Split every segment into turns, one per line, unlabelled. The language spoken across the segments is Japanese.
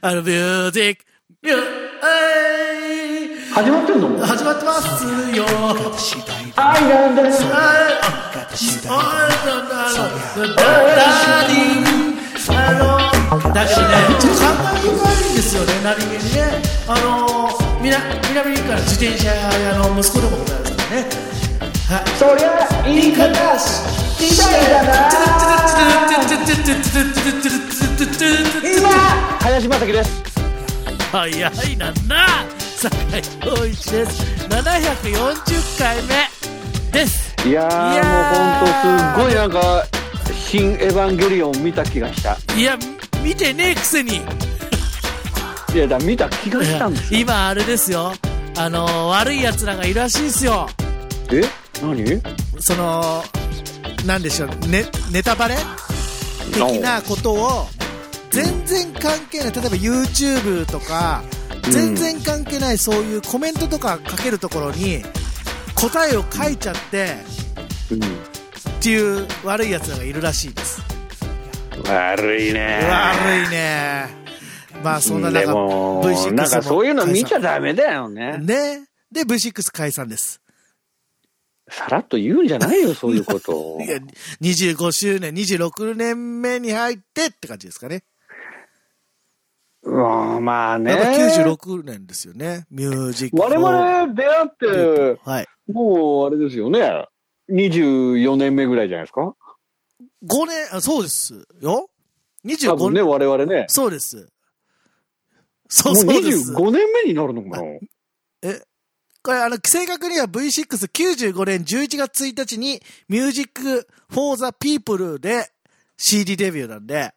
あの、ミュージック、ミュー、え
始まってんのも
い始まってますよ。
愛なんだよ
あーあの、あの、あの、あの、だけどね、ちょっと感慨深いんですよね、何気にね。あの、みな、南から自転車屋の息子でもございますからね。はい。
そりゃ言い方次第だな今林正樹です
早いなな坂井陽一です740回目です
いや
いやー
ーもうほんとすっごいなんか新エヴァンゲリオン見た気がした
いや見てねえくせに
いやだ見た気がしたんですよ
今あれですよあのー悪いやつらがいるらしいですよ
え何
そのなんでしょうねネタバレ的なことを全然関係ない例えば YouTube とか
ん
全然関係ないそういうコメントとか書けるところに答えを書いちゃって
うん
っていう悪いやつらがいるらしいです
悪いね
悪いねまあそんな
で
中
も
V6
なんかそういうの見ちゃ
だ
ダメだよね
ねで V6 解散です
さらっと言うんじゃないよそういうことを
いや25周年26年目に入ってって感じですかね
うわーまあね
やっぱ96年ですよねミュージック
我々出会って
はい
もうあれですよね24年目ぐらいじゃないですか
5年あそうですよ
多
25年、
分ね我々ね
そうです
も
そううそうです
25年目になるのかな
これ、あの、正確には V695 年11月1日に Music for the People で CD デビューなんで、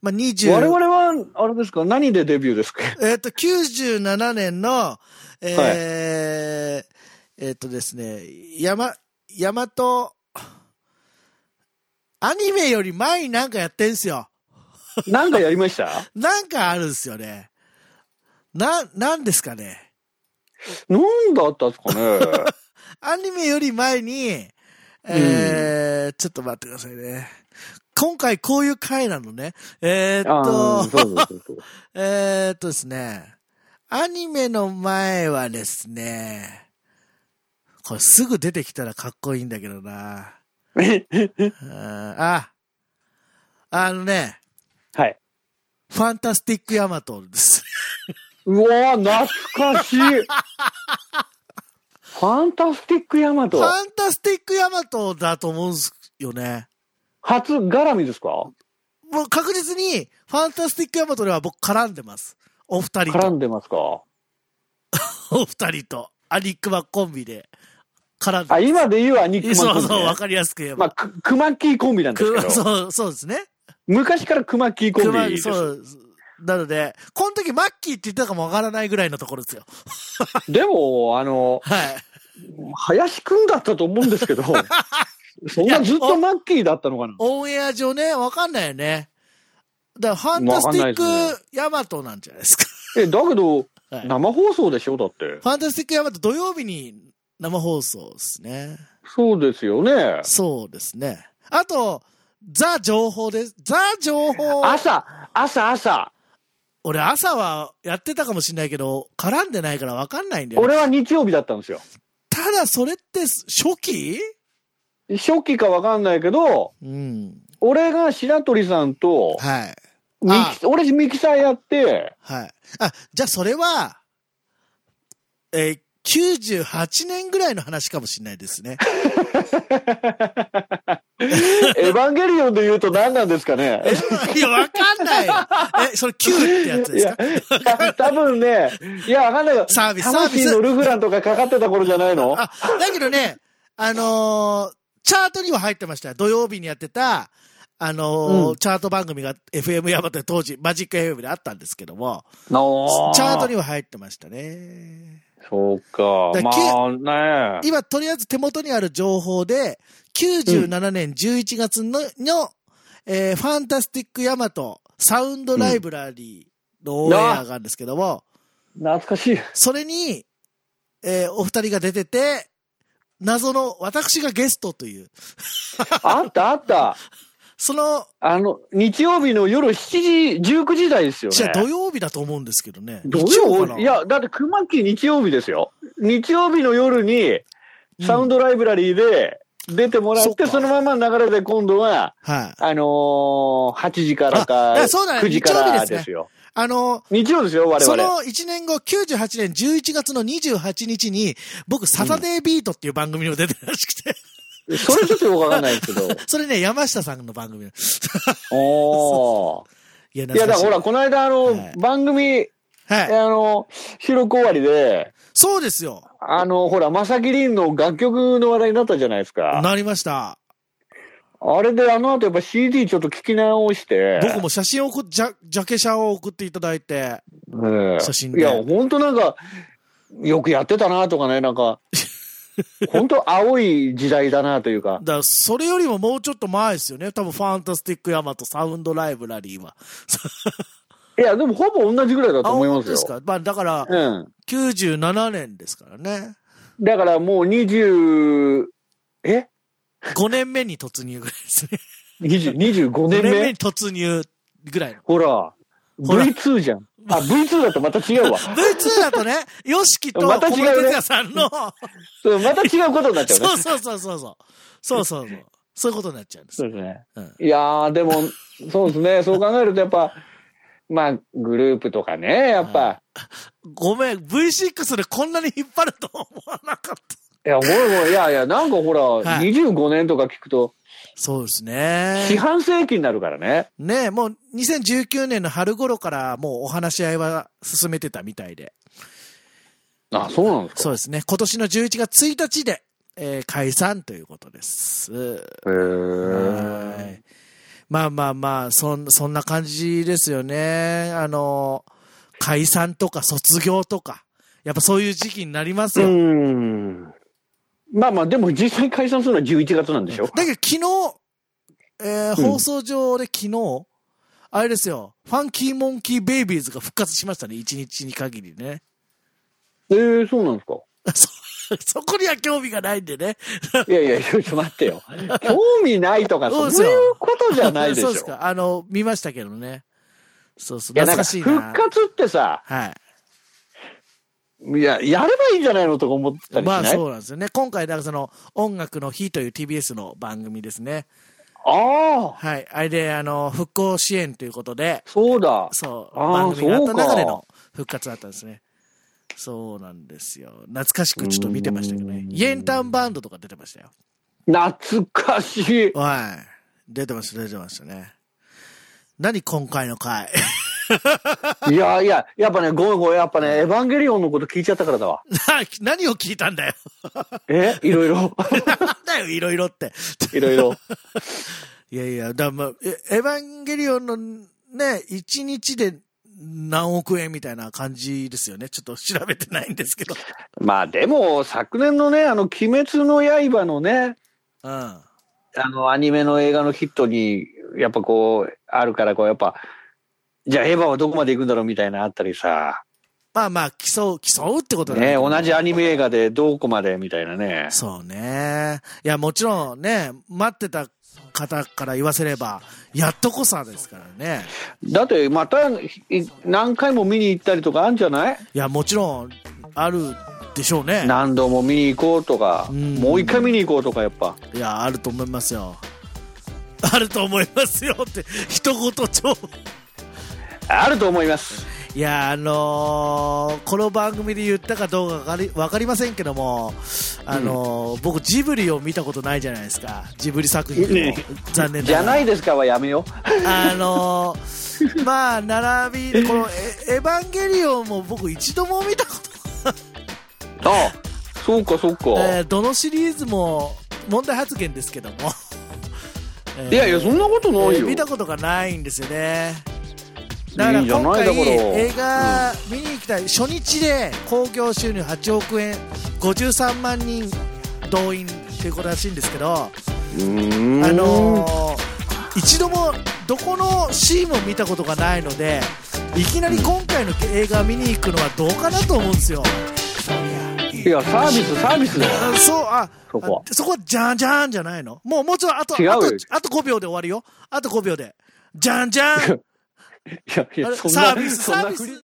まあ、20、
我々はあれですか何でデビューで すか
えっ、と、97年の、えーえっ、とですね、山、山と、アニメより前になんかやってんすよ。
なんかやりました
なんかあるんすよね。な、なんですかね。
なんだったん ですかね
アニメより前に、えーちょっと待ってくださいね。今回こういう回なのね。えーっ
ああ
と、
そうそうそうそう
えーっとですね。アニメの前はですね、これすぐ出てきたらかっこいいんだけどな。あーあ、あのね、
はい
ファンタスティックヤマトです。
うわー懐 かしいファンタスティックヤマ
フ
ト
ァンタスティックヤマトだと思うんですよね。
初絡みですか
もう確実に、ファンタスティックヤマトでは僕絡んでます。お二人
絡
と。
んでますか
お二人と。アニックマコンビで絡んで
あ今で言うアニックマ
そ
コ
う
ンビ
そう、わ
ね
かりやすく言えば。
まあ、くクマッキーコンビなんですけ
く
ど
そう、そうですね。
昔からクマッキーコンビです
そう。なので、この時マッキーって言ったかもわからないぐらいのところですよ。
でもあの
はい。
林くんだったと思うんで すけどそんなずっとマッキーだったのかな
オンエア上ね、わかんないよね。だから、ファンタスティッ
わかんないで
クヤマトなんじゃないですか。
えだけど、
はい
生放送でしょだって
ファンタスティックヤマト土曜日に生放送ですね。
そうですよね
そうですね。あと、ザ情報です。ザ情報。
朝朝朝
俺朝はやってたかもしれないけど、絡んでないから分かんないんだよね。
俺は日曜日だったんですよ
ただそれって初期
初期かわかんないけど
うん。
俺が白鳥さんと
はい。
ミ
あ
キ俺ミキサー やって
はい。あ、じゃあそれは、えー98年ぐらいの話かもしれないですね。
「エヴァンゲリオン」で言うと何なんですかね
いや、分かんない。え、それ9ってやつ
い
ですか
や、た多分ね、いや、わかんないけど、
サービスサービ
魂
ス
のルフランとかかかってた頃じゃないの
あ、だけどね、あのーチャートには入ってましたよ。土曜日にやってた、あのー
うん
チャート番組が FM ヤマトで当時、マジック FM であったんですけども、チャートには入ってましたね。
そうか
だ。
まあね。
今、とりあえず手元にある情報で、97年11月の、のえーファンタスティックヤマトサウンドライブラリーのオンエアがあるんですけども、
懐かしい。
それに、えーお二人が出てて、謎の私がゲストという、
あったあった。
その、
あの、日曜日の夜7時、19時台ですよね。
じゃあ土曜日だと思うんですけどね。
土
日
曜
かない
や、だって熊木日曜日ですよ。日曜日の夜に、
うん
サウンドライブラリーで出てもら
そ
っ、
ってか
そのままの流れで今度は、
はい。
あのー、8時から
あ
か、
だからそうだね
9時から
日曜日ですね
ですよ。
あの、
日曜ですよ、我
そ
々。
の1年後、98年11月の28日に、僕、サタデービートっていう番組にも出てるらしく て、
それちょっとよくわかんない ですけど。
それね、山下さんの番組。い
おー
や、
いや、だ
懐か
からほ、
らし
この間、あの、
はい
番組、
い
あ
はい。
の、収録終わりで、
そうですよ。
あの、ほら、まさきりんの楽曲の話題になったじゃないですか。
なりました。
あれで、あの後やっぱ CD ちょっと聞き直して。
僕も写真を送っ、ジャジャケ写を送っていただいて、
ええ
写真で
いや、本当なんか、よくやってたなとかね、な んか、本当青い時代だなという
だ。
か
からそれよりももうちょっと前ですよね。多分、ファンタスティックヤマトサウンドライブラリーは。
いや、でもほぼ同じぐらいだと思いま
本
す
当
よ。
ですか。まあ、だから、
うん。
97年ですからね。
だからもう20、え
5年目に突入ぐらいですね。
20 ?25
5年
年
目
目
に突入ぐらいの。
ほら、
ほら
V2 じゃん。あ、V2 だとまた違 うわ。
V2 だとね、ヨシキと小
また違う
森
ね
哲也さんの、
そうまた違うことになっちゃうね
そ。うそうそうそうそう。そうそうそう。そういうことになっちゃうんです
そう。ですね。
うん
いやー、でも、そうですね。そう考えるとやっぱ、まあ、グループとかね、やっぱ、
はごめん、V6 でこんなに引っ張ると思わなかった。
いや、ほらほら、いやいや、なんかほら、
い
25年とか聞くと、
そうです
四
ね。
半世紀になるからね。
ねえもう2019年の春頃からもうお話し合いは進めてたみたいで。
あ、そうなんです
そ
か。
うですね。今年の11月1日で、えー解散ということです。
へ
は
ー
いまあまあまあ、そん、そんな感じですよね。あの、解散とか卒業とか、やっぱそういう時期になります
う
よ。
ーん。まあまあ、でも実際解散するのは11月なんでしょ
だけど昨日、えー
うん
放送上で昨日、あれですよ、ファンキーモンキーベイビーズが復活しましたね、一日に限りね。
ええー、そうなんですか。
そ、そこには興味がないんでね。
いやいや、ちょっと待ってよ。興味ないとか、
そ
そうう
そう
いうことじゃないでし ょ。
そうですか。あの、見ましたけどね。そうそう、
いや、な
懐
んか、
かしい
復
な。
活ってさ、
はい。
いや、やればいいんじゃないのとか思ったりし
ま
な
あ
い、
そうなんですよね。今回、だからその、音楽の日という TBS の番組ですね。
ああ、
はい。あれで、あの、復興支援ということで、
そうだ。
そう、
あー
番組があった中での
そ
復活だったんですね。そうなんですよ。懐かしくちょっと見てましたけどね。イエンタンバンドとか出てましたよ。
懐かしい。
はい。出てました、出てましたね。何今回の回
いやいや、やっぱね、ごめんごめん、やっぱね、エヴァンゲリオンのこと聞いちゃったからだわ。
な何を聞いたんだよ。
えいろいろ。
なんだよ、いろいろって。
いろいろ。
いやいや、だからまあ、えエヴァンゲリオンのね、一日で何億円みたいな感じですよね。ちょっと調べてないんですけど。
まあでも、昨年のね、あの、鬼滅の刃のね、
うん。
あの、アニメの映画のヒットに、やっぱこう、あるから、こう、やっぱ、じゃあエヴァはどこまで行くんだろうみたいなあったりさ、
まあまあ、競う、競うってことだ
ね、
けど
同じアニメ映画でどこまでみたいなね。
そうね。いや、もちろんね、待ってた方から言わせれば、やっとこさですからね。
だって、また、い何回も見に行ったりとかあるんじゃない
いや、もちろん、あるでしょうね。
何度も見に行こうとか、
うん
もう一回見に行こうとか、やっぱ。
いや、あると思いますよ。あると思いますよって、一言超。
あると思います。
いや、あのーこの番組で言ったかどうかわかりわかりませんけども、あのー僕、ジブリを見たことないじゃないですか。ジブリ作品でも
ね。
残念ながら。
じゃないですかはやめよ
あのーまあ並びこ のエ「エヴァンゲリオン」も僕一度も見たこ
う。 あそうか、そうか。
と、えーどのシリーズも問題発言ですけども、えー
いやいや、そんなことない
え ー
よ。
見たことがないんですよねだから
いいじゃ
今
ない
回
だから
映画見に行きたい、初日で興行収入8億円53万人動員っていうことらしいんですけど
うーん
あのー一度もどこのシーンも見たことがないのでいきなり今回の映画見に行くのはどうかなと思うんですよ。いに
いや、サービス、サービスだよ。
あそう、あ、
そこは
あそこはじゃんじゃんじゃないのもう、もうちょっと、あと、
違うよ
あと、あと5秒で終わるよ。あと5秒で。じゃんじゃん
いやい
あ
や、
れ
そん
サービ
な、
ス、
そ
サ
ん
ー
な
ビ
振り
ス。